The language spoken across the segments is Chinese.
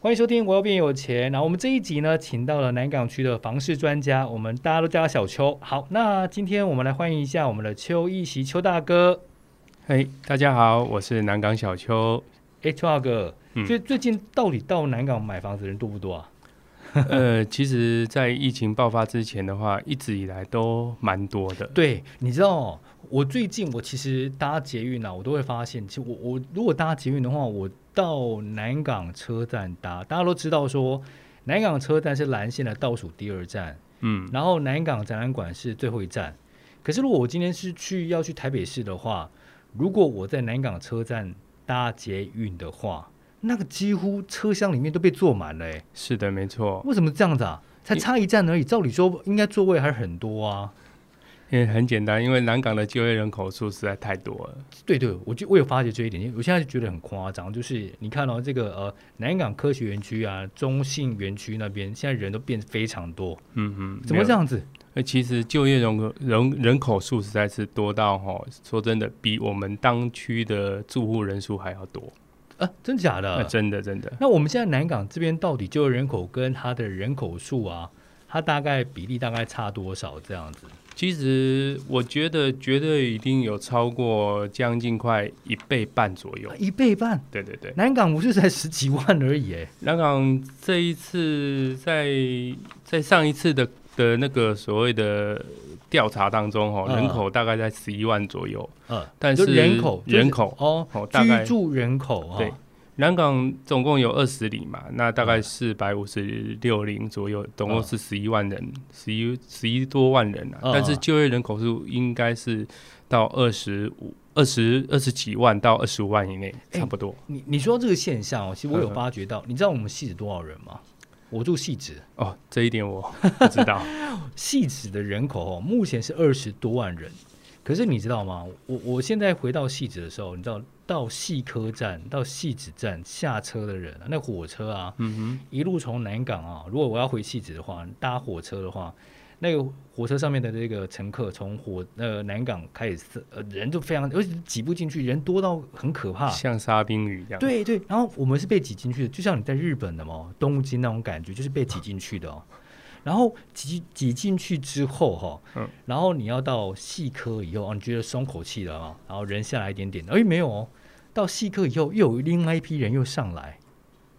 欢迎收听《我要变有钱》。然后我们这一集呢，请到了南港区的房市专家，我们大家都叫他小邱。好，那今天我们来欢迎一下我们的邱一席邱大哥。嘿大家好，我是南港 小邱。哎，邱大哥，嗯最、最近到底到南港买房子的人多不多啊？呃，其实，在疫情爆发之前的话，一直以来都蛮多的。对，你知道哦、我最近我其实搭捷运啊，我都会发现，其实我我如果搭捷运的话，我到南港车站搭，大家都知道说南港车站是蓝线的倒数第二站，嗯，然后南港展览馆是最后一站。可是如果我今天是去要去台北市的话，如果我在南港车站搭捷运的话，那个几乎车厢里面都被坐满了、欸。是的，没错，为什么这样子啊？才差一站而已，照理说应该座位还很多啊。因为很简单，因为南港的就业人口数实在太多了。对对，我就我有发觉这一点，我现在就觉得很夸张，就是你看到、这个呃南港科学园区啊、中信园区那边，现在人都变得非常多，嗯嗯，怎么这样？样子？呃，其实就业人口人人口数实在是多到哈，说真的，比我们当区的住户人数还要多。啊，真假的？呃，真的真的。那我们现在南港这边到底就业人口跟它的人口数啊，它大概比例大概差多少这样子？其实我觉得绝对一定有超过将近快一倍半左右。一倍半，对对对。南港不是才十几万而已哎、南港这一次在在上一次的的那个所谓的调查当中，哦，嗯人口大概在十一万左右。呃，但就是人口就是人口哦，哦，大概居住人口啊、对南港总共有二十里嘛，那大概四百五十六里左右，总啊共是十一万人，十一十一多万人啊。嗯但是就业人口数应该是到二十五、二十二十几万到二十五万以内，哎差不多。你你说这个现象哦，其实我有嗯嗯发觉到，你知道我们戏子多少人吗？我住戏子，哦，这一点我不 知道。戏子的人口哦，目前是二十多万人。可是你知道吗？我我现在回到戏子的时候，你知道到戏科站、到戏子站下车的人啊，那火车啊，嗯一路从南港啊，如果我要回汐止的话，搭火车的话，那个火车上面的这个乘客从火呃南港开始塞，呃人就非常，而且挤不进去，人多到很可怕哼，。像沙冰雨一样。对对，然后我们是被挤进去的，就像你在日本的嘛，东京那种感觉，就是被挤进去的哦。然后挤挤进去之后哈、嗯然后你要到细科以后啊，你觉得松口气了啊，然后人下来一点点，哎没有哦，到细科以后又有另外一批人又上来，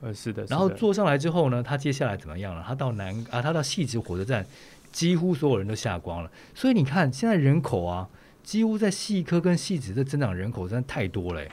呃，是的。是然后的坐上来之后呢，他接下来怎么样了？他到南啊，他到汐止火车站，几乎所有人都下光了。所以你看，现在人口啊，几乎在细科跟汐止的增长人口真的太多了欸。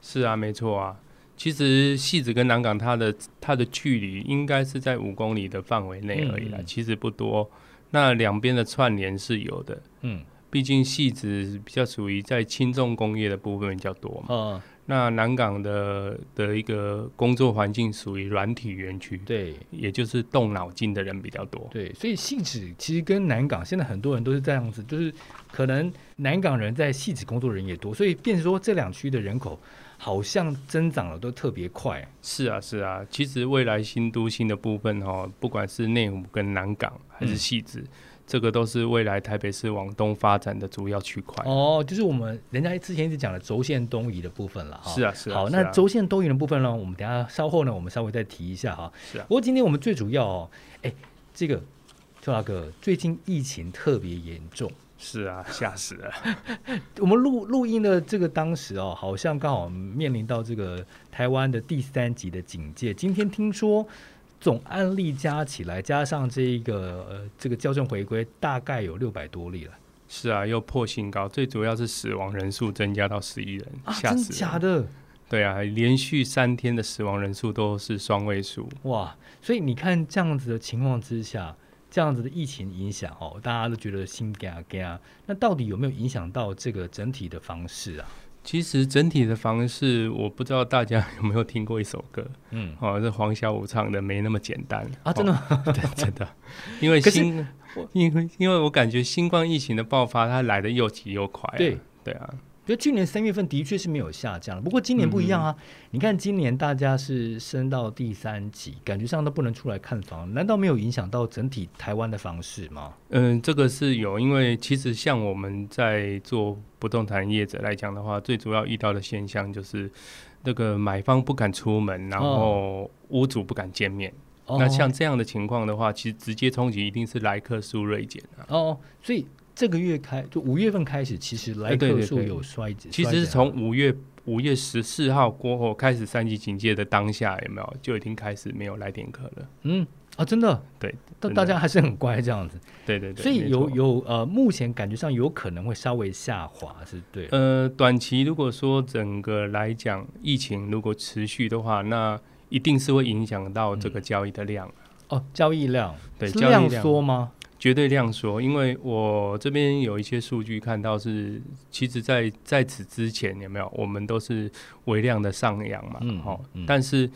是啊，没错啊。其实戏子跟南港它的它的距离应该是在五公里的范围内而已啦，嗯嗯其实不多。那两边的串联是有的，嗯，毕竟戏子比较属于在轻重工业的部分比较多嘛。呃，那南港的的一个工作环境属于软体园区，对也就是动脑筋的人比较多。对，所以汐止其实跟南港现在很多人都是这样子，就是可能南港人在汐止工作人也多，所以变成说这两区的人口好像增长了都特别快。是啊，是啊。其实未来新都心的部分哦，不管是内湖跟南港还是嗯戏子，这个都是未来台北市往东发展的主要区块。哦，就是我们人家之前一直讲的轴线东移的部分了哈。是啊，是啊。好，是那啊轴线东移的部分呢，我们等一下稍后呢，我们稍微再提一下哈。是啊不过今天我们最主要哦，哎，这个邱大哥，最近疫情特别严重，是啊，吓死了。我们录录音的这个当时哦，好像刚好面临到这个台湾的第三级的警戒。今天听说总案例加起来，加上这一个呃这个校正回归，大概有六百多例了是啊，又破新高，最主要是死亡人数增加到十一人，啊，吓真死假人。的？对啊，连续三天的死亡人数都是双位数。哇，所以你看这样子的情况之下，这样子的疫情影响哦，大家都觉得心嘎嘎。那到底有没有影响到这个整体的方式啊？其实整体的房市，我不知道大家有没有听过一首歌，嗯，哦，是黄小琥唱的《没那么简单》啊，真的、哦吗？ 对，真的， 因为可是新，因为因为我感觉新冠疫情的爆发，它来的又急又快、啊。对，对啊，就去年三月份的确是没有下降了，不过今年不一嗯样啊。你看今年大家是升到第三级，感觉上都不能出来看房，难道没有影响到整体台湾的房市吗？嗯，这个是有，因为其实像我们在做不动产业者来讲的话，最主要遇到的现象就是，那个买方不敢出门，然后屋主不敢见面。哦那像这样的情况的话，其实直接冲击一定是来客数锐减啊。哦，所以这个月开就五月份开始，其实来哎对客对数对有衰减，其衰实是减从五月五月十四号过后开始三级警戒的当下，有没有就已经开始没有来电客了？嗯啊，真的，对，但真的大家还是很乖这样子，对 对对，所以没有错有呃，目前感觉上有可能会稍微下滑，是对的，呃，短期如果说整个来讲，疫情如果持续的话，那一定是会影响到这个交易的量，啊哦，交易量对嗯是交易量量缩吗？绝对量缩。因为我这边有一些数据看到是，其实在在此之前有没有，我们都是微量的上扬嘛，嗯哦，嗯但是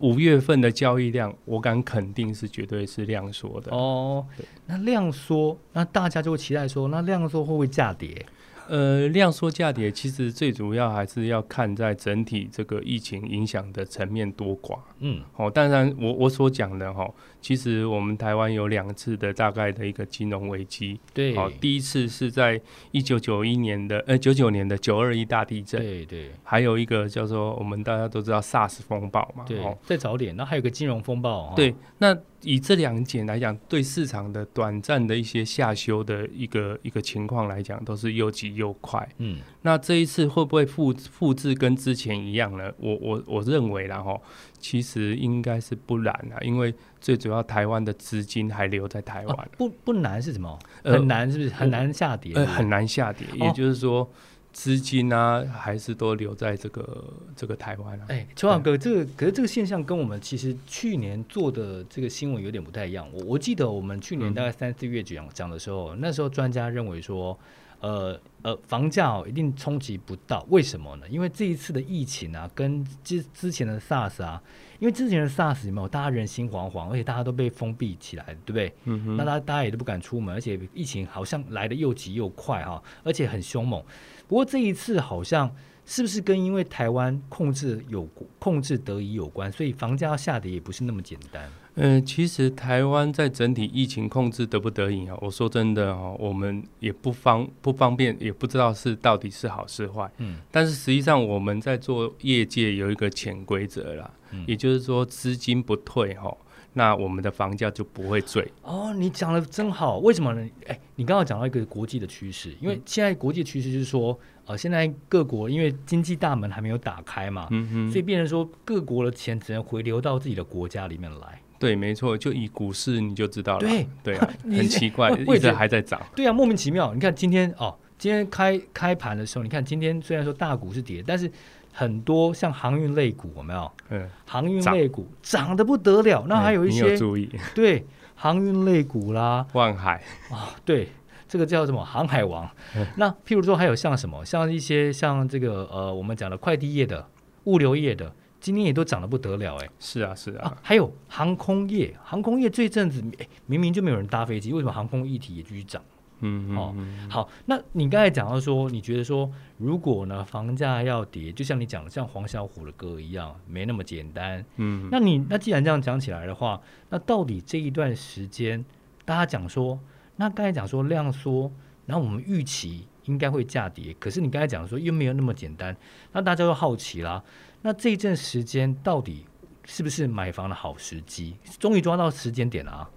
五月份的交易量，我敢肯定是绝对是量缩的。哦对，那量缩，那大家就会期待说，那量缩会不会价跌？呃，量缩价跌，其实最主要还是要看在整体这个疫情影响的层面多寡。嗯，哦，当然我，我所讲的哈、哦，其实我们台湾有两次的大概的一个金融危机。对，哦，第一次是在一九九一年的呃九九年的九二一大地震，对对还有一个叫做我们大家都知道 SARS 风暴嘛。对哦，，再早点，那还有个金融风暴，哦对，那以这两点来讲，对市场的短暂的一些下修的一个一个情况来讲，都是又急又快。嗯，那这一次会不会复复制跟之前一样呢？我我我认为啦吼，其实应该是不然啊，因为最主要台湾的资金还留在台湾，啊不不难是什么？呃很难是不是？很难下跌，呃，很难下跌。哦也就是说，资金啊还是都留在这个这个台湾啊。哎，邱老哥，这个可是这个现象跟我们其实去年做的这个新闻有点不太一样。我我记得我们去年嗯大概三四月讲讲的时候，那时候专家认为说，呃呃，房价哦一定冲击不到，为什么呢？因为这一次的疫情啊，跟之之前的 SARS 啊，因为之前的 SARS 有没有大家人心惶惶，而且大家都被封闭起来，对不对？嗯那大哼，家大家也都不敢出门，而且疫情好像来的又急又快哈、而且很凶猛。不过这一次好像是不是跟因为台湾控制有控制得宜有关，所以房价要下跌也不是那么简单。嗯、其实台湾在整体疫情控制得不得已啊，我说真的哦，我们也不方不方便，也不知道是到底是好是坏。嗯，但是实际上我们在做业界有一个潜规则啦，嗯也就是说资金不退吼，那我们的房价就不会坠。哦，你讲的真好，为什么呢？哎，你刚刚讲到一个国际的趋势，因为现在国际趋势就是说，呃，现在各国因为经济大门还没有打开嘛，嗯哼，所以变成说各国的钱只能回流到自己的国家里面来。对，没错，就以股市你就知道了。对对啊 你很奇怪，我我也一觉直得还在涨。对啊，莫名其妙。你看今天哦，今天开开盘的时候，你看今天虽然说大股是跌，但是很多像航运类股，有没有？嗯，航运涨类股涨得不得了，那哎还有一嗯你些、注意对航运类股啦，万海，啊，对，这个叫什么航海王。那譬如说还有像什么，像一些像这个呃，我们讲的快递业的、物流业的，今天也都涨得不得了哎、是啊是啊啊，，还有航空业，航空业这阵子哎明明就没有人搭飞机，为什么航空议题也继续涨？嗯哦嗯嗯，好，那你刚才讲到说，你觉得说，如果呢房价要跌，就像你讲的，像黄小琥的歌一样，没那么简单。嗯，那你那既然这样讲起来的话，那到底这一段时间，大家讲说，那刚才讲说量缩，然后我们预期应该会价跌，可是你刚才讲说又没有那么简单，那大家又好奇啦，那这一阵时间到底是不是买房的好时机？终于抓到时间点了啊！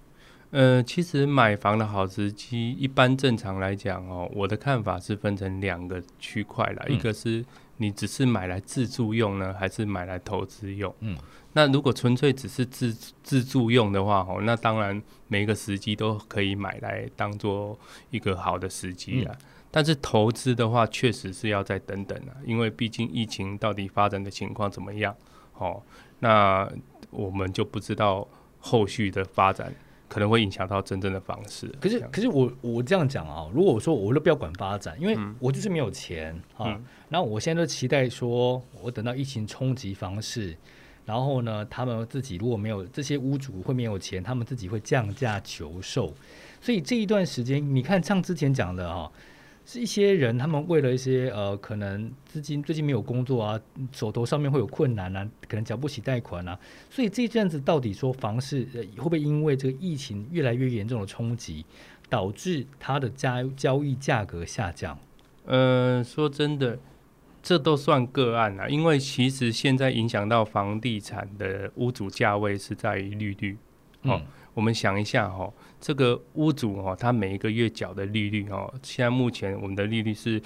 呃，其实买房的好时机，一般正常来讲哦，我的看法是分成两个区块啦，嗯一个是你只是买来自住用呢，还是买来投资用？嗯，那如果纯粹只是自自住用的话哦，那当然每个时机都可以买来当做一个好的时机啦。啊嗯但是投资的话，确实是要再等等啊，因为毕竟疫情到底发展的情况怎么样，哦，那我们就不知道后续的发展可能会影响到真正的房市。可是这样可是我我这样讲啊，如果我说我都不要管发展，因为我就是没有钱啊嗯，然后我现在都期待说，我等到疫情冲击房市，然后呢，他们自己如果没有这些屋主会没有钱，他们自己会降价求售，所以这一段时间，你看像之前讲的哈、是一些人，他们为了一些呃，可能资金最近没有工作啊，手头上面会有困难啊，可能缴不起贷款啊，所以这阵子到底说房市呃会不会因为这个疫情越来越严重的冲击，导致它的交交易价格下降？呃，说真的，这都算个案啊，因为其实现在影响到房地产的屋主价位是在于利率。哦，嗯我们想一下哈、哦，这个屋主哦，他每一个月缴的利率哦，现在目前我们的利率是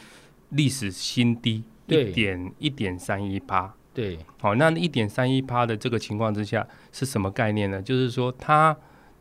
历史新低，对一点一点三一趴。对，好，那一点三一趴的这个情况之下是什么概念呢？就是说他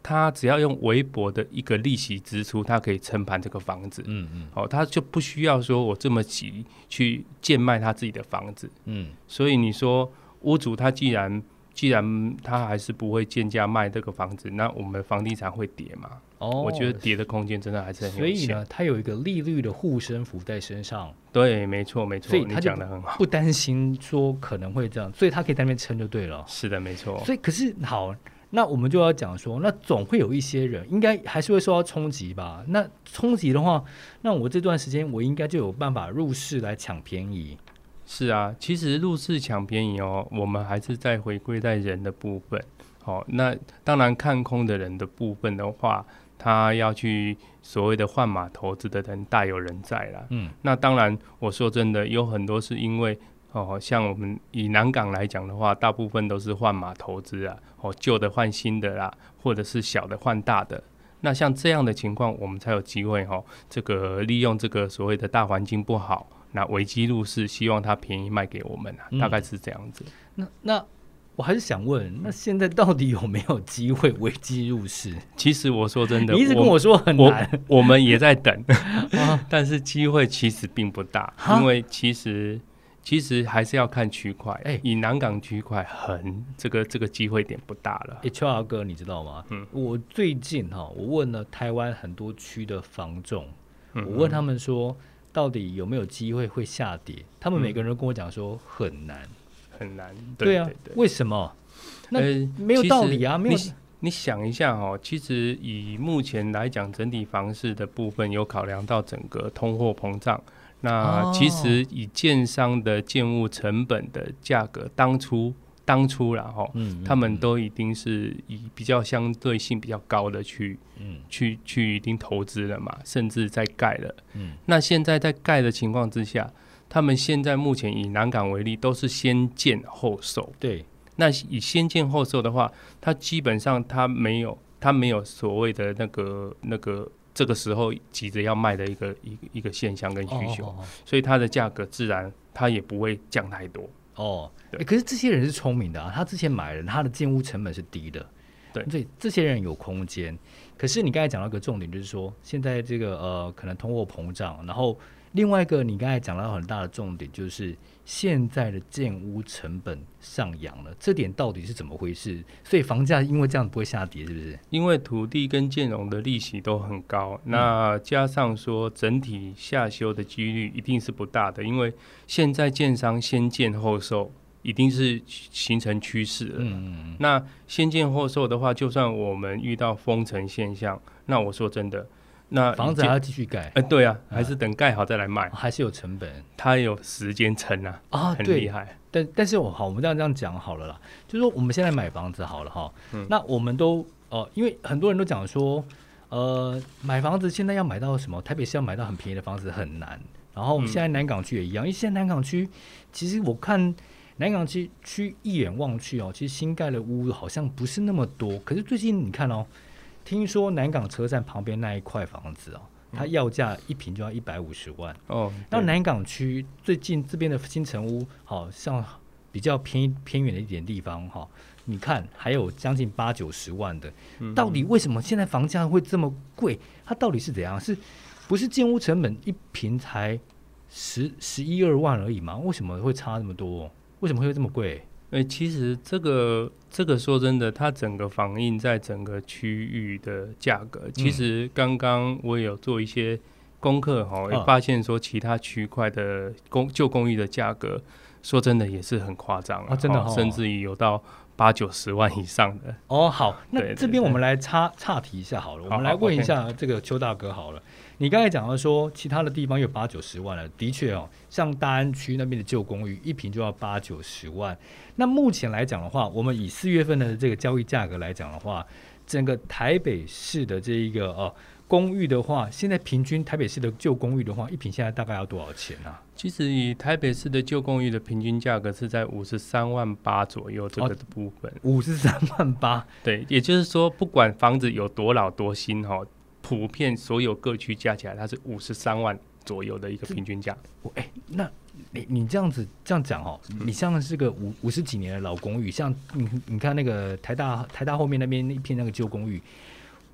他只要用微薄的一个利息支出，他可以撑盘这个房子。嗯嗯好、哦他就不需要说我这么急去贱卖他自己的房子。嗯，所以你说屋主他既然既然他还是不会贱价卖这个房子，那我们房地产会跌嘛？哦，我觉得跌的空间真的还是很所有以限。呢，它有一个利率的护身符在身上，对，没错没错，所以你他就讲的很好。不担心说可能会这样，所以它可以在那边撑就对了。是的，没错。所以可是好，那我们就要讲说，那总会有一些人应该还是会受到冲击吧？那冲击的话，那我这段时间我应该就有办法入市来抢便宜。是啊，其实入市抢便宜哦，我们还是在回归在人的部分。好、那当然看空的人的部分的话，他要去所谓的换码投资的人大有人在啦。嗯，那当然，我说真的，有很多是因为哦，像我们以南港来讲的话，大部分都是换码投资啊，哦，旧的换新的啦，或者是小的换大的。那像这样的情况，我们才有机会哦，这个利用这个所谓的大环境不好，那危机入市，希望它便宜卖给我们啊，嗯大概是这样子。那那我还是想问，那现在到底有没有机会危机入市？其实我说真的，你一直跟我我说很我难，哦我们也 在等，但是机会其实并不大，哈因为其实其实还是要看区块。哎以南港区块很这个这个机会点不大了。 HR 哎哥，你知道吗？嗯我最近哈、我问了台湾很多区的房仲，嗯我问他们说，到底有没有机会会下跌？他们每个人都跟我讲说很难。很难，啊，嗯对对，为什么？那呃没有其道实理啊，没你有。你想一下哦，其实以目前来讲，整体房市的部分有考量到整个通货膨胀。那哦其实以建商的建物成本的价格，当初当初然后、嗯他们都一定是以比较相对性比较高的去嗯去去已经投资了嘛，甚至在盖了。嗯那现在在盖的情况之下，他们现在目前以南港为例，都是先建后售。对，那以先建后售的话，它基本上它没有它没有所谓的那个那个这个时候急着要卖的一个一个一个现象跟需求，哦所以它的价格自然它也不会降太多。哦哦对诶可是这些人是聪明的啊，他之前买了，他的建屋成本是低的，对所以这些人有空间。可是你刚才讲到一个重点，就是说现在这个呃，可能通货膨胀，然后另外一个你刚才讲到很大的重点就是现在的建屋成本上扬了，这点到底是怎么回事？所以房价因为这样不会下跌，是不是？因为土地跟建融的利息都很高，嗯那加上说整体下修的几率一定是不大的，因为现在建商先建后售，一定是形成趋势了。嗯嗯那先建后售的话，就算我们遇到封城现象，那我说真的，那嗯，房子还嗯要继续盖，哦呃对啊，还是等盖好再来卖，还是有成本它有时间撑啊，啊？很对厉，害。但但是我好，我们这样这样讲好了啦，就是说我们现在买房子好了哈，那我们都呃，因为很多人都讲说，呃，买房子现在要买到什么？台北市要买到很便宜的房子很难，然后嗯现在南港区也一样，因为现在南港区其实我看南港区区一眼望去哦，其实新盖的屋好像不是那么多，可是最近你看哦，听说南港车站旁边那一块房子哦，它要价一平就要一百五十万。哦，那对南港区最近这边的新城屋，好像比较偏一偏远的一点地方哈，你看还有将近八九十万的，嗯到底为什么现在房价会这么贵？它到底是怎样？是不是建屋成本一平才十十一二万而已吗？为什么会差那么多？为什么会这么贵？呃，其实这个这个说真的，它整个反映在整个区域的价格。嗯其实刚刚我有做一些功课哈，也嗯发现说其他区块的公旧公寓的价格，说真的也是很夸张啊啊真的哦甚至于有到八九十万以上的。哦，好，那对这对边我对们来插岔题一下好了，我好们来好问一 OK 下这个邱大哥好了。你刚才讲到说，其他的地方有八九十万了，的确哦，像大安区那边的旧公寓，一平就要八九十万。那目前来讲的话，我们以四月份的这个交易价格来讲的话，整个台北市的这一个哦公寓的话，现在平均台北市的旧公寓的话，一平现在大概要多少钱啊？其实以台北市的旧公寓的平均价格是在五十三万八左右这哦个部分。五十三万八，对，也就是说，不管房子有多老多新哈、哦，普遍所有各区加起来，它是五十三万左右的一个平均价。我哎、那你你这样子这样讲哦，你像是个五五十几年的老公寓，像你你看那个台大台大后面那边一片那个旧公寓，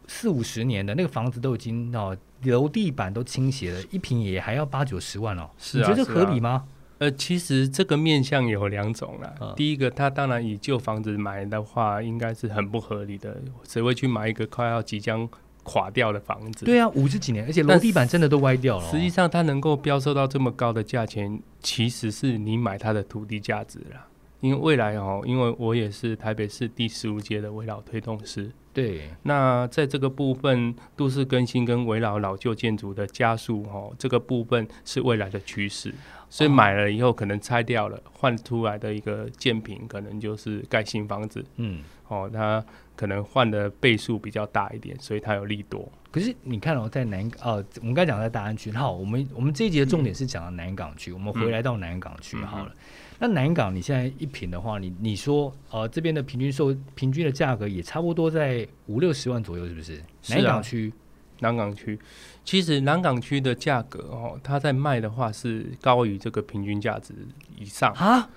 四五十年的那个房子都已经哦，楼地板都倾斜了，一平也还要八九十万哦，是你啊觉得是合啊理吗？呃，其实这个面向有两种啦。嗯第一个，它当然以旧房子买的话，应该是很不合理的，谁会去买一个快要即将垮掉的房子？对啊，五十几年，而且楼但地板真的都歪掉了、哦。实际上，它能够标售到这么高的价钱，其实是你买它的土地价值啦。因为未来哦，因为我也是台北市第十五届的围绕推动师，对，那在这个部分，都市更新跟围绕老旧建筑的加速哦，这个部分是未来的趋势。所以买了以后可能拆掉了，换出来的一个建品可能就是盖新房子嗯。哦，它可能换的倍数比较大一点，所以它有利多。可是你看哦，在南呃，我们刚才讲在大安区，好，我们我们这一节的重点是讲到南港区，我们回来到南港区嗯好了。那南港你现在一平的话，你你说呃这边的平均售平均的价格也差不多在五六十万左右，是不是？是啊南港区南港区，其实南港区的价格哦，它在卖的话是高于这个平均价值以上，啊，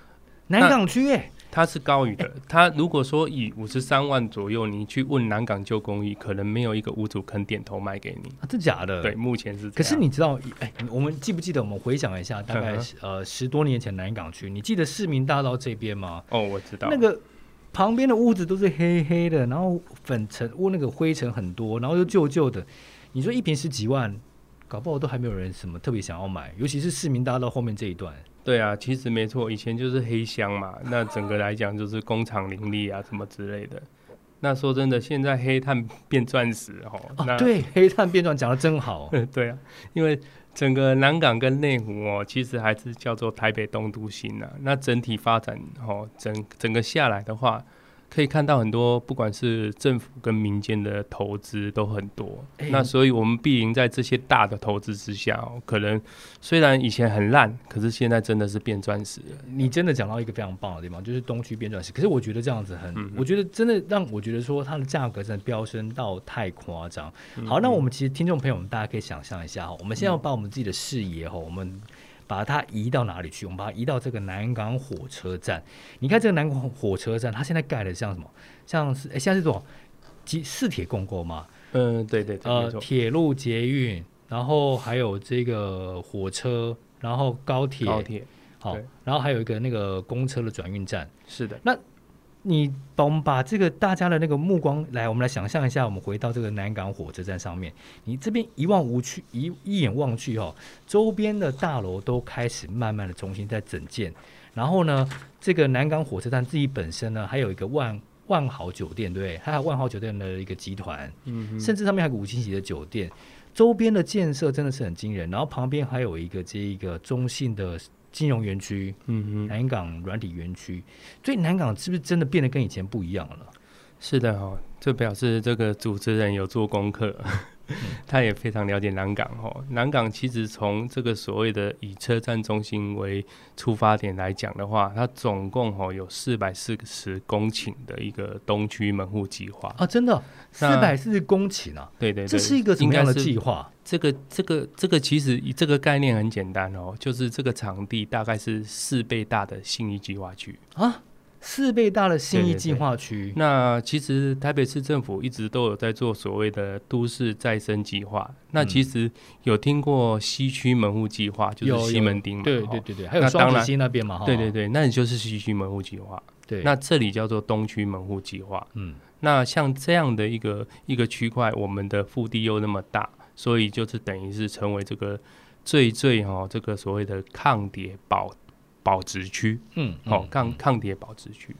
南港区哎、它是高于的。它如果说以五十三万左右，你去问南港旧公寓，可能没有一个屋主肯点头卖给你。啊，真假的？对，。目前是这样。可是你知道，哎、我们记不记得？我们回想一下，大概、呃十多年前南港区，你记得市民大道这边吗？哦，我知道那个旁边的屋子都是黑黑的，然后粉尘屋那个灰尘很多，然后又旧旧的。你说一瓶十几万，搞不好都还没有人什么特别想要买，尤其是市民大道后面这一段。对啊，其实没错，以前就是黑箱嘛，那整个来讲就是工厂林立啊什么之类的。那说真的，现在黑炭变钻石哦，那、啊，对，黑炭变装讲的真好。 对啊，因为整个南港跟内湖哦，其实还是叫做台北东都心啊。那整体发展哦，整整个下来的话，可以看到很多不管是政府跟民间的投资都很多。哎那所以我们必赢在这些大的投资之下哦，可能虽然以前很烂，可是现在真的是变钻石了。你真的讲到一个非常棒的地方，就是东区变钻石。可是我觉得这样子很，嗯我觉得真的让我觉得说它的价格真的飙升到太夸张。嗯好，那我们其实听众朋友们，大家可以想象一下哈，我们现在要把我们自己的视野哈，我们把它移到哪里去？我们把它移到这个南港火车站。你看这个南港火车站，它现在盖的像什么？像是哎，现在是多少？几四铁共构嘛，嗯，对对对，没呃，错，铁路、捷运，然后还有这个火车，然后高铁，高铁好对，然后还有一个那个公车的转运站。是的，你把我们把这个大家的那个目光来，我们来想象一下，我们回到这个南港火车站上面，你这边一望无去，一一眼望去哦，周边的大楼都开始慢慢的重新在整建，然后呢，这个南港火车站自己本身呢，还有一个万万豪酒店，对不对？还有万豪酒店的一个集团，嗯哼，甚至上面还有个五星级的酒店，周边的建设真的是很惊人，然后旁边还有一个这一个中信的金融园区，嗯哼，南港软体园区，所以南港是不是真的变得跟以前不一样了？是的哦，这表示这个主持人有做功课，嗯 他也非常了解南港哦。南港其实从这个所谓的以车站中心为出发点来讲的话，它总共哦有四百四十公顷的一个东区门户计划。啊，真的，四那百四十公顷啊，对对对，这是一个什应么该样的是计划？这个这个这个其实以这个概念很简单哦，就是这个场地大概是四倍大的信义计划区。啊，四倍大的信对义对计划区，那其实台北市政府一直都有在做所谓的都市再生计划。那其实有听过西区门户计划，就嗯有是西门町嘛，对对哦对对，还有那双当子然星嗯那边嘛，哈对对对，那你就是西区门户计划。对，那这里叫做东区门户计划。嗯，那像这样的一个一个区块，我们的腹地又那么大，所以就是等于是成为这个最最哦，这个所谓的抗跌保保值区，嗯，哦，嗯抗抗跌保值区，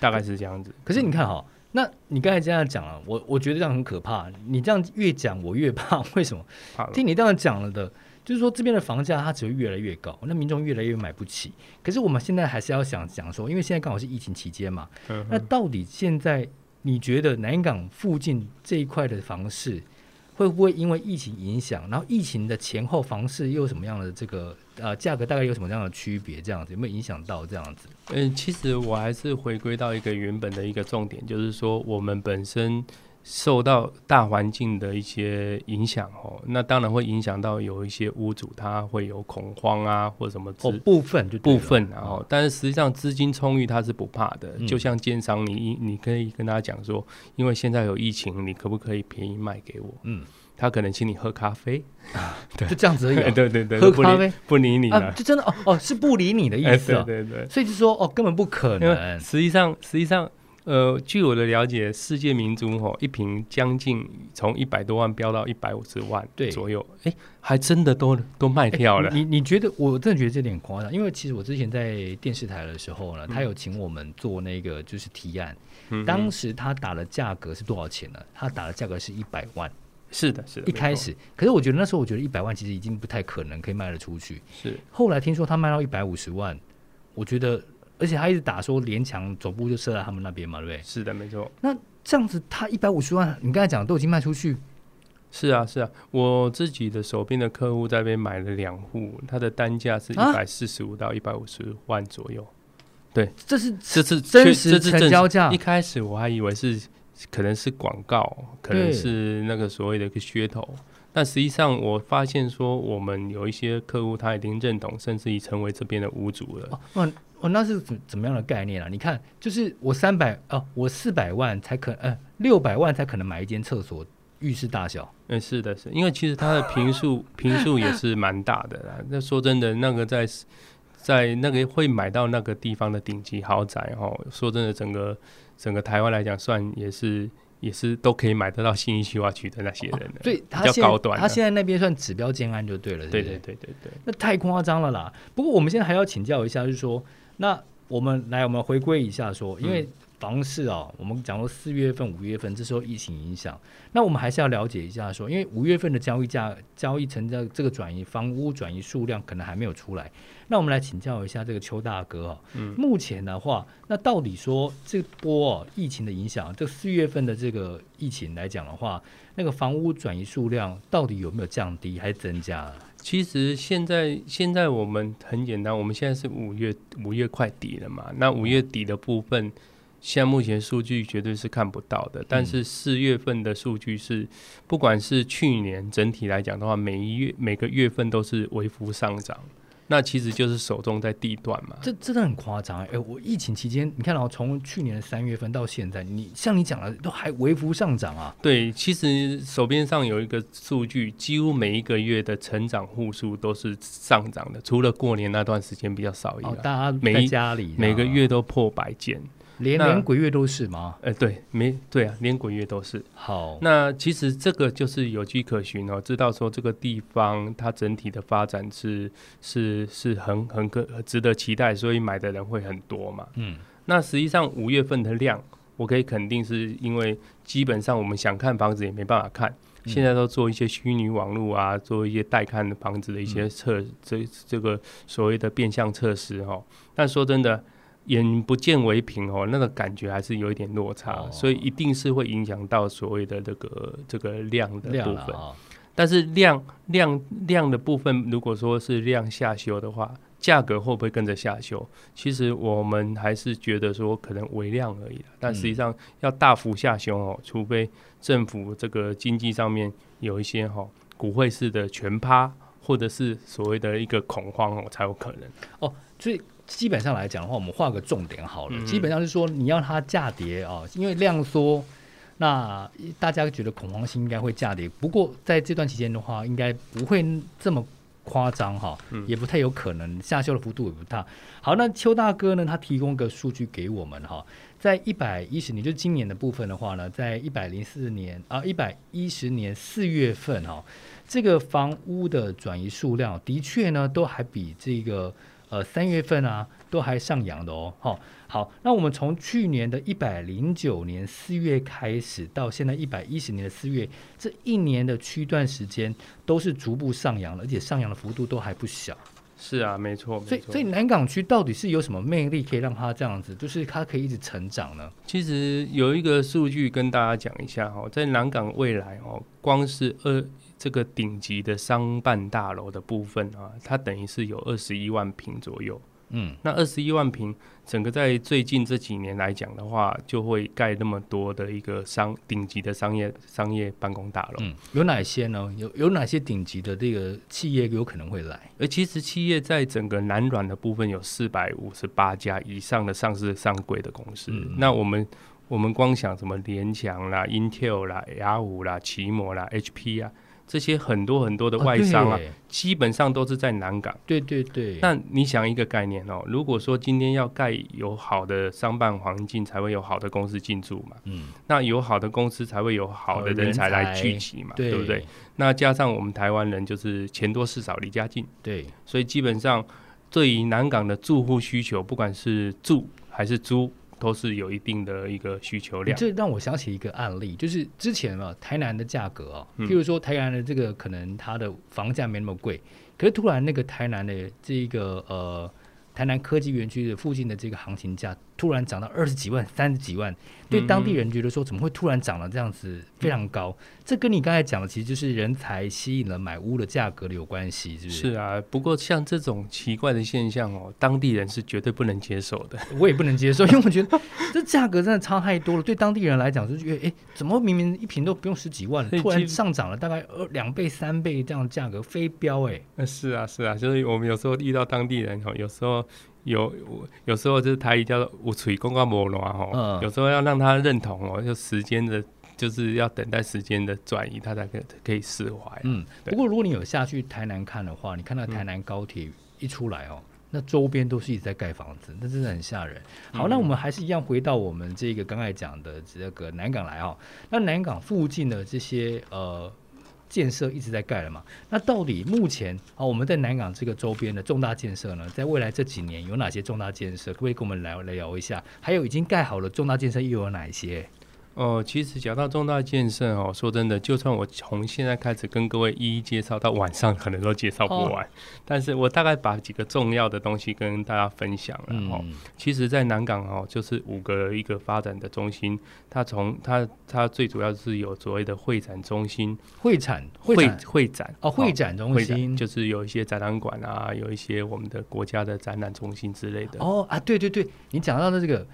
大概是这样子。嗯可是你看哈、那你刚才这样讲了、啊我我觉得这样很可怕。你这样越讲，我越怕。为什么？怕了听你这样讲了的，就是说这边的房价它只会越来越高，那民众越来越买不起。可是我们现在还是要想讲说，因为现在刚好是疫情期间嘛，嗯哼那到底现在你觉得南港附近这一块的房市，会不会因为疫情影响？然后疫情的前后房市又有什么样的这个呃价格大概有什么样的区别？这样子有没有影响到这样子？嗯，其实我还是回归到一个原本的一个重点，就是说我们本身受到大环境的一些影响哦，那当然会影响到有一些屋主他会有恐慌啊，或什么之哦，部分就对部了分然后，但是实际上资金充裕他是不怕的，嗯就像建商你，你你可以跟他讲说，因为现在有疫情，你可不可以便宜卖给我？嗯，他可能请你喝咖啡， 就这样子而已啊、 对对对，喝不咖理啡不理你啊，了，就真的哦哦，是不理你的意哎，思 对啊，对对，所以就说哦，根本不可因为能，实际上实际上。呃，据我的了解，世界明珠吼一瓶将近从一百多万飙到一百五十万对左右，哎，还真的都都卖掉了。欸你你你觉得我真的觉得这点夸张，因为其实我之前在电视台的时候呢，他有请我们做那个就是提案，嗯哼当时他打的价格是多少钱呢？他打的价格是一百万，是的，是的，一没开错始，可是我觉得那时候我觉得一百万其实已经不太可能可以卖得出去，是后来听说他卖到一百五十万，我觉得，而且他一直打说联强总部就设在他们那边嘛，对不对？是的，没错。那这样子，他一百五十万，你刚才讲都已经卖出去，是啊，是啊，我自己的手边的客户在那边买了两户，他的单价是一啊百四十五到一百五十万左右，这是这是真确实这是成正交价一开始我还以为是可能是广告，可对能是那个所谓的一个噱头，但实际上我发现说，我们有一些客户他已经认同，甚至已成为这边的屋主了。哦，那哦，那是怎怎么样的概念啊？你看，就是我三百哦，我四百万才可呃六百万才可能买一间厕所浴室大小，嗯，是的，是的因为其实它的 平数平数也是蛮大的啦。那说真的，那个在在那个会买到那个地方的顶级豪宅哦，说真的，整个整个台湾来讲，算也是也是都可以买得到信义区划区的那些人的。所以他比较现在高端他的现在那边算指标建安就对了，是不对是对对对对，那太夸张了啦。不过我们现在还要请教一下，就是说，那我们来我们回归一下说，因为房市啊、我们讲说四月份、五月份这时候疫情影响，那我们还是要了解一下说，因为五月份的交易价、交易成交这个转移房屋转移数量可能还没有出来，那我们来请教一下这个邱大哥啊、嗯目前的话，那到底说这波、哦、疫情的影响，这四月份的这个疫情来讲的话，那个房屋转移数量到底有没有降低还是增加了？其实现在现在我们很简单，我们现在是五月五月快底了嘛，那五月底的部分，现在目前数据绝对是看不到的，但是四月份的数据是，不管是去年整体来讲的话，每一月每个月份都是微幅上涨，那其实就是手中在地段嘛。这真的很夸张哎、欸我疫情期间，你看到、从去年的三月份到现在，你像你讲的，都还微幅上涨啊。对，其实手边上有一个数据，几乎每一个月的成长户数都是上涨的，除了过年那段时间比较少以外，哦，大家每在一家里每个啊月都破百件。连那连鬼月都是吗？呃，对，没对啊，连鬼月都是。好，那其实这个就是有迹可循哦，知道说这个地方它整体的发展是是是很很可值得期待，所以买的人会很多嘛。嗯，那实际上五月份的量，我可以肯定是因为基本上我们想看房子也没办法看，嗯现在都做一些虚拟网络啊，做一些带看的房子的一嗯些测、这这个所谓的变相测试哦。但说真的。眼不见为凭哦，那个感觉还是有一点落差，哦所以一定是会影响到所谓的这个这个量的亮部了分。啊，但是量量量的部分，如果说是量下修的话，价格会不会跟着下修？其实我们还是觉得说可能微量而已啦但实际上要大幅下修哦，除非政府这个经济上面有一些哦股汇式的全趴，或者是所谓的一个恐慌哦，才有可能。所以。基本上来讲的话，我们画个重点好了。嗯基本上是说，你要它价跌啊、因为量缩，那大家觉得恐慌性应该会价跌。不过在这段期间的话，应该不会这么夸张哈，嗯也不太有可能下修的幅度也不大。好，那邱大哥呢，他提供个数据给我们哈，在一百一十年，就今年的部分的话呢，在一百零四年啊，一百一十年四月份哈、这个房屋的转移数量的确呢，都还比这个呃三月份啊，都还上扬的哦。好、好，那我们从去年的一百零九年四月开始，到现在一百一十年的四月，这一年的区段时间都是逐步上扬了，而且上扬的幅度都还不小。是啊，没错，所没以，错。所以南港区到底是有什么魅力可以让它这样子，就是它可以一直成长呢？其实有一个数据跟大家讲一下哈、哦，在南港未来哦，光是二这个顶级的商办大楼的部分啊，它等于是有二十一万平左右。嗯，那二十一万平，整个在最近这几年来讲的话，就会盖那么多的一个商顶级的商业商业办公大楼。嗯，有哪些呢？有有哪些顶级的这个企业有可能会来？而其实企业在整个南软的部分有四百五十八家以上的上市上柜的公司。嗯那我们我们光想什么联强啦、Intel 啦、雅虎啦、奇摩啦、HP 啊，这些很多很多的外商啊，哦基本上都是在南港。对对对对，那你想一个概念哦，如果说今天要盖有好的商办环境，才会有好的公司进驻嘛。嗯，那有好的公司，才会有好的好的人才人来才聚集嘛，对对不对？？那加上我们台湾人就是钱多事少，离家近。对，所以基本上对于南港的住户需求，不管是住还是租，都是有一定的一个需求量。这让我想起一个案例，就是之前啊，台南的价格啊，嗯譬如说台南的这个可能它的房价没那么贵，可是突然那个台南的这个呃台南科技园区的附近的这个行情价突然涨到二十几万、三十几万，对嗯当地人觉得说怎么会突然涨了这样子非常高？这跟你刚才讲的其实就是人才吸引了买屋的价格的有关系，是不是？是啊，不过像这种奇怪的现象哦，当地人是绝对不能接受的。我也不能接受，因为我觉得这价格真的差太多了。对当地人来讲，就觉得哎，怎么明明一瓶都不用十几万，所以突其然实上涨了大概二两倍、三倍这样的价格飞飙哎、呃 是啊，是啊，所以我们有时候遇到当地人哦，有时候有有时候就是台语叫做“我嘴公告摩罗”哦，嗯有时候要让他认同哦，就时间的，就是要等待时间的转移，他才可可以释怀。嗯，对嗯不过如果你有下去台南看的话，你看到台南高铁一出来哦，那周边都是一直在盖房子，那真的很吓人。嗯好，那我们还是一样回到我们这个刚才讲的这个南港来哦。那南港附近的这些呃建设一直在盖了嘛？那到底目前啊，我们在南港这个周边的重大建设呢，在未来这几年有哪些重大建设？可不可以跟我们来来聊一下？还有已经盖好了重大建设又有哪一些？哦，其实讲到重大建设哦，说真的，就算我从现在开始跟各位一一介绍，到晚上可能都介绍不哦完。但是我大概把几个重要的东西跟大家分享了哦。嗯，其实，在南港哦，就是五个一个发展的中心，它从它它最主要是有所谓的会展中心、会产会会展会展哦，会展中会心展就是有一些展览馆啊，有一些我们的国家的展览中心之类的。哦啊，对对对，你讲到的这个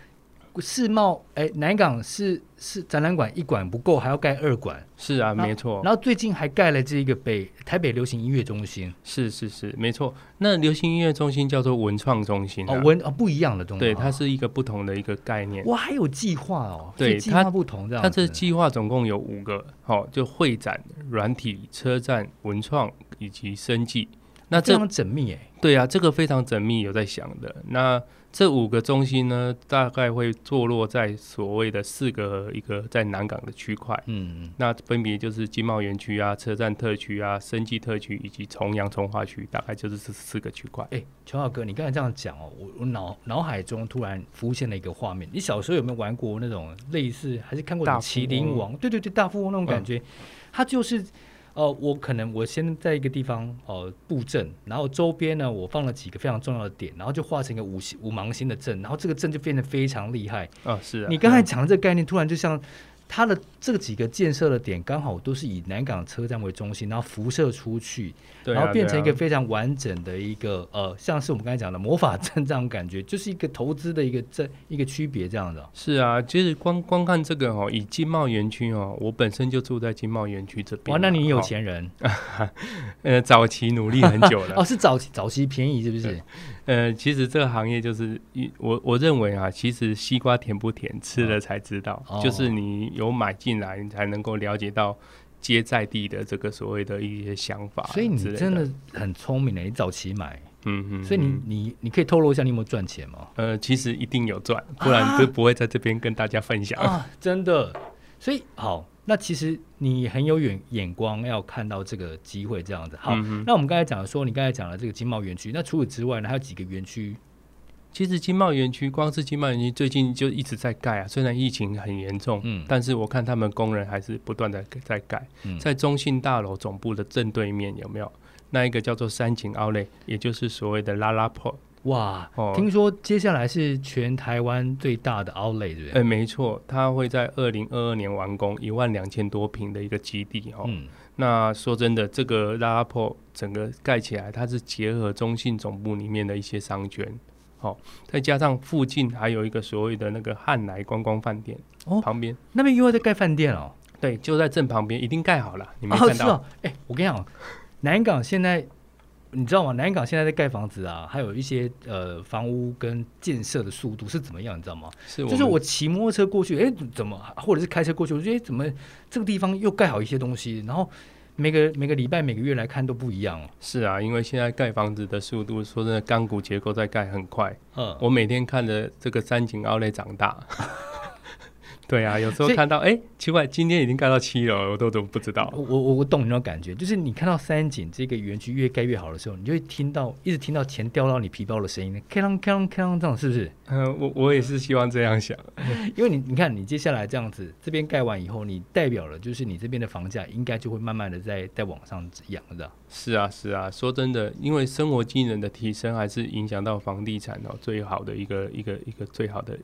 世贸，哎，南港是是展览馆一馆不够，还要盖二馆，是啊，那没错。然后最近还盖了这个北台北流行音乐中心，是是是，没错。那流行音乐中心叫做文创中心、啊、哦，文哦不一样的东西，对，它是一个不同的一个概念。哇，还有计划哦，对所以计划不同这样它子，这计划总共有五个，好、就会展、软体、车站、文创以及生计。那非这常缜密哎，对啊，这个非常缜密，有在想的。那这五个中心呢，大概会坐落在所谓的四个一个在南港的区块。嗯，那分别就是经贸园区啊、车站特区啊、生计特区以及重阳从化区，大概就是这四个区块。哎，陈浩哥，你刚才这样讲哦，我我脑脑海中突然浮现了一个画面，你小时候有没有玩过那种类似，还是看过什么《大富麒翁嗯麟王》？对对对，大富翁那种感觉，它就是。呃，我可能我先在一个地方呃布阵，然后周边呢我放了几个非常重要的点，然后就画成一个五星五芒星的阵，然后这个阵就变得非常厉害。啊，是啊。你刚才讲的这个概念，突然就像它的这几个建设的点，刚好都是以南港车站为中心，然后辐射出去，对啊然后变成一对个啊非常完整的一个呃，像是我们刚才讲的魔法阵这样的感觉，就是一个投资的一个这一个区别这样的。是啊，其实光光看这个哦，以经贸园区哦，我本身就住在经贸园区这边哇，嘛。那你有哦？钱人呃，早期努力很久了。 哦，是早期早期便宜是不是对？呃，其实这个行业就是一我我认为啊，其实西瓜甜不甜，吃了才知道，哦就是你有买进来，你才能够了解到接在地的这个所谓的一些想法之所类。以你真的很聪明的，欸你早期买，嗯，嗯嗯，所以你你你可以透露一下你有没有赚钱吗？呃，其实一定有赚，不然就不会在这边跟大家分享。嗯啊，真的。所以好，那其实你很有眼眼光，要看到这个机会这样子。好，嗯哼那我们刚才讲的说，你刚才讲了这个经贸园区，那除此之外呢，还有几个园区？其实经贸园区，光是经贸园区最近就一直在盖啊，虽然疫情很严重，嗯但是我看他们工人还是不断的在盖。嗯在中信大楼总部的正对面有没有？那一个叫做三井奥莱，也就是所谓的拉拉破。哇，哦听说接下来是全台湾最大的 Outlet，对不对？呃，没错，它会在二零二二年完工，一万两千多平的一个基地哦。嗯，那说真的，这个拉拉破整个盖起来，它是结合中信总部里面的一些商圈，好、再加上附近还有一个所谓的那个汉来观光饭店、哦旁边，那边又要在盖饭店哦。对，就在正旁边，一定盖好了，你没哦，看是到？哦，哎、我跟你讲，南港现在你知道吗？南港现在在盖房子啊，还有一些呃房屋跟建设的速度是怎么样，你知道吗？是就是们我骑摩托车过去，哎、怎么或者是开车过去，我觉得哎怎么这个地方又盖好一些东西，然后每个每个礼拜每个月来看都不一样哦。是啊，因为现在盖房子的速度，说真的，钢骨结构在盖很快。嗯，我每天看着这个三井奥莱长大。 对啊，有时候所以看到哎、奇怪，今天已经盖到七楼了，我都都不知道。我我我懂你那种感觉，就是你看到三井这个园区越盖越好的时候，你就会听到一直听到钱掉到你皮包的声音，咔啷咔啷咔啷这样是不是？嗯、我我也是希望这样想。因为你你看，你接下来这样子，这边盖完以后，你代表了就是你这边的房价应该就会慢慢的在在往上扬的。是啊，是啊，说真的，因为生活技能的提升还是影响到房地产哦，最好的一个一个一个最好的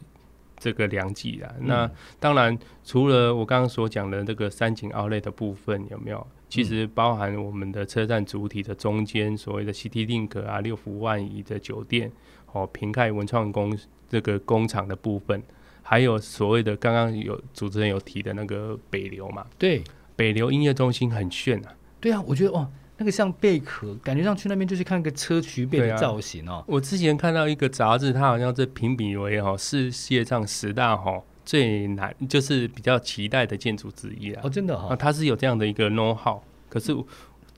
这个良计啦。那当然，除了我刚刚所讲的这个三井奥莱的部分，有没有？其实包含我们的车站主体的中间所谓的 City Link 啊、六福万怡的酒店哦、平盖文创工这个工厂的部分，还有所谓的刚刚有主持人有提的那个北流嘛，对北流音乐中心很炫啊。对啊，我觉得哇，那个像贝壳，感觉上去那边就是看个砗磲贝对的啊造型哦。我之前看到一个杂志，它好像是评比为哈、世界上十大哈、最难，就是比较期待的建筑之一啊哦，。真的啊，哈、它是有这样的一个 know how，可是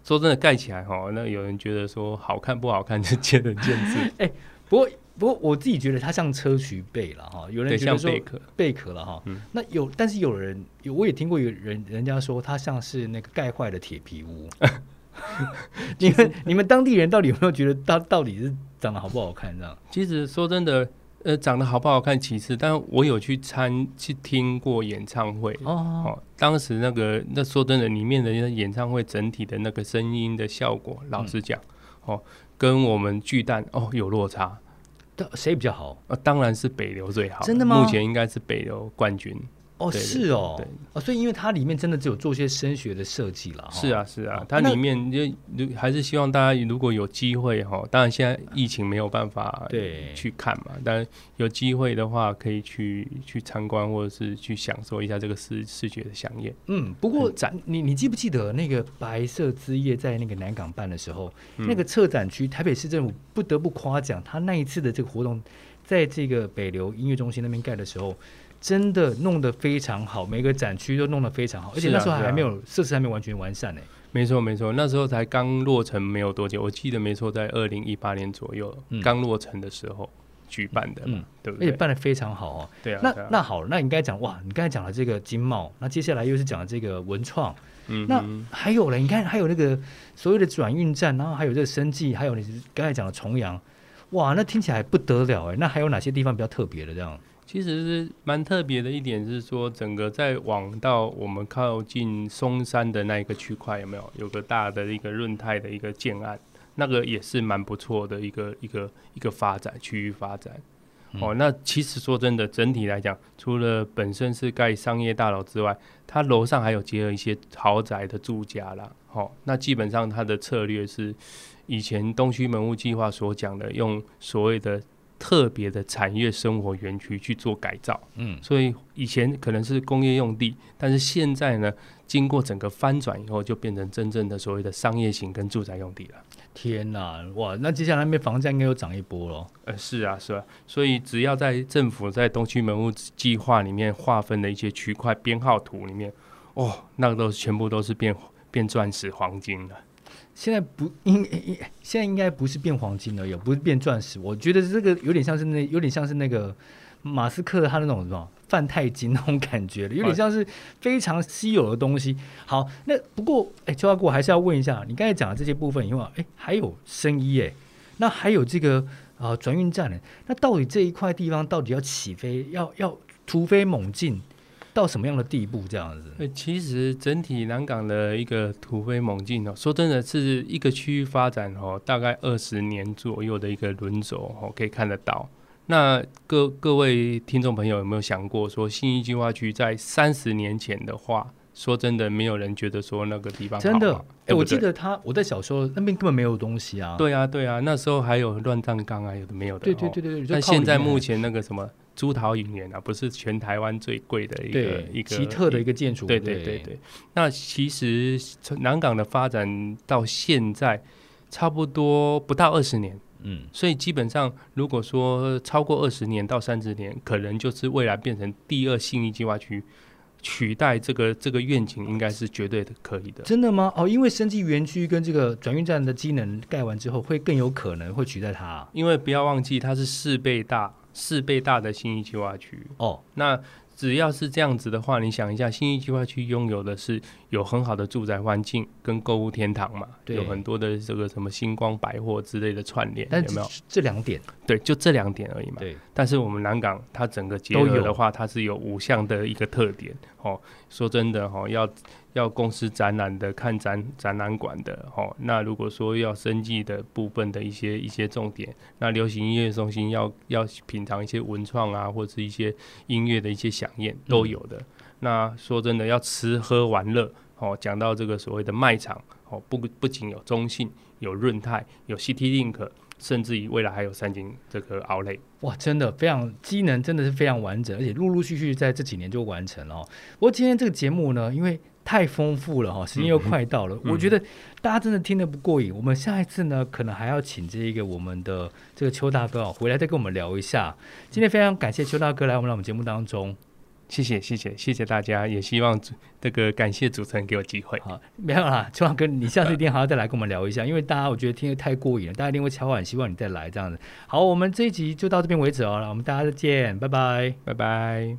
说真的盖起来哈、那有人觉得说好看不好看就见仁见 智，不过不过我自己觉得它像砗磲贝了哈，有人对，觉得像说贝壳，贝壳了哈。嗯那有，但是有人有我也听过有人人家说它像是那个盖坏的铁皮 屋。你们你们当地人到底有没有觉得它到底是长得好不好看这样？其实说真的。呃，长得好不好看其次，但我有去参去听过演唱会，哦，哦，当时那个那说真的，里面的那演唱会整体的那个声音的效果，老嗯实讲，哦，跟我们巨蛋哦有落差。对谁比较好？呃，当然是北流最好，真的吗目前应该是北流冠军。哦，对对是哦对，哦，所以因为它里面真的只有做些声学的设计了，是，啊，是啊哦，它那里面就如还是希望大家如果有机会哈、哦，当然现在疫情没有办法对去看嘛，但有机会的话可以去去参观或者是去享受一下这个视视觉的飨宴。嗯，不过很赞你你记不记得那个白色之夜在那个南港办的时候，嗯那个策展区台北市政府不得不夸奖他那一次的这个活动，在这个北流音乐中心那边盖的时候。真的弄得非常好，每个展区都弄得非常好，而且是啊那时候是啊还没有设施还没有完全完善呢、没错没错，那时候才刚落成没有多久，我记得没错，在二零一八年左右嗯刚、落成的时候举办的嘛，嗯对不而且对？办得非常好哦。对啊，那对啊那好，那你刚才讲哇，你刚才讲了这个经贸，那接下来又是讲了这个文创，嗯那哼还有嘞，你看还有那个所谓的转运站，然后还有这个生计，还有你刚才讲的重阳，哇，那听起来不得了哎。那还有哪些地方比较特别的这样？其实是蛮特别的一点是说，整个在往到我们靠近松山的那一个区块，有没有有个大的一个润泰的一个建案？那个也是蛮不错的一个一个一个发展区域发展。哦，那其实说真的，整体来讲，除了本身是盖商业大楼之外，它楼上还有结合一些豪宅的住家啦。哦，那基本上它的策略是以前东区门户计划所讲的，用所谓的特别的产业生活园区去做改造。嗯，所以以前可能是工业用地，但是现在呢，经过整个翻转以后，就变成真正的所谓的商业型跟住宅用地了。天哪，哇，那接下来那边房价应该又涨一波喽。呃，是啊，是啊，所以只要在政府在东区门户计划里面划分的一些区块编号图里面，哦，那个都全部都是变变钻石黄金了。现在不应应现在应该不是变黄金了，也不是变钻石，我觉得这个有点像是那有点像是那个马斯克他那种什么泛钛金那种感觉了， 有点像是非常稀有的东西。好，那不过哎，邱大哥我还是要问一下，你刚才讲的这些部分以外，哎，还有生医哎，那还有这个啊、呃转运站呢，那到底这一块地方到底要起飞，要要突飞猛进，到什么样的地步这样子？呃，其实整体南港的一个突飞猛进哦，说真的是一个区域发展哦，大概二十年左右的一个轮轴哦，可以看得到。那各各位听众朋友有没有想过说，信义计划区在三十年前的话，说真的，没有人觉得说那个地方好真的嘛，哎，对不我对记得他我在小时候那边根本没有东西啊。对啊，对啊，那时候还有乱葬岗啊，有的没有的、对对对。对对，但就靠现在里面目前那个什么珠桃影园啊，不是全台湾最贵的一个对一个奇特的一个建筑，对对对对。那其实从南港的发展到现在，差不多不到二十年，嗯，所以基本上如果说超过二十年到三十年，可能就是未来变成第二信义计划区。取代这个这个愿景应该是绝对的可以的，真的吗？哦，因为升级园区跟这个转运站的机能盖完之后，会更有可能会取代它啊。因为不要忘记它是四倍大四倍大的信义计划区，哦，那只要是这样子的话，你想一下，新义计划区拥有的是有很好的住宅环境跟购物天堂嘛，对有很多的这个什么星光百货之类的串联，但有这没有？这两点，对，就这两点而已嘛。对，但是我们南港它整个结都合有的话，它是有五项的一个特点哦。说真的哦，要要公司展览的、看展展览馆的哦。那如果说要生计的部分的一些一些重点，那流行音乐中心要要品尝一些文创啊，或是一些音乐的一些响宴嗯都有的。那说真的，要吃喝玩乐哦，讲到这个所谓的卖场哦，不不仅有中信、有润泰、有 CT Link，甚至于未来还有三井这个 Outlet。哇，真的非常机能，真的是非常完整，而且陆陆续续在这几年就完成了、哦。不过今天这个节目呢，因为太丰富了哈、哦时间又快到了，嗯我觉得大家真的听得不过瘾。我们下一次呢，可能还要请这个我们的这个邱大哥啊、回来再跟我们聊一下。今天非常感谢邱大哥来我们来我们节目当中，谢谢谢谢谢谢大家，也希望主这个感谢主持人给我机会。好，没有啦，邱大哥，你下次一定还要再来跟我们聊一下，因为大家我觉得听得太过瘾了，大家一定会敲碗希望你再来这样子。好，我们这一集就到这边为止哦，我们大家再见，拜拜。拜拜。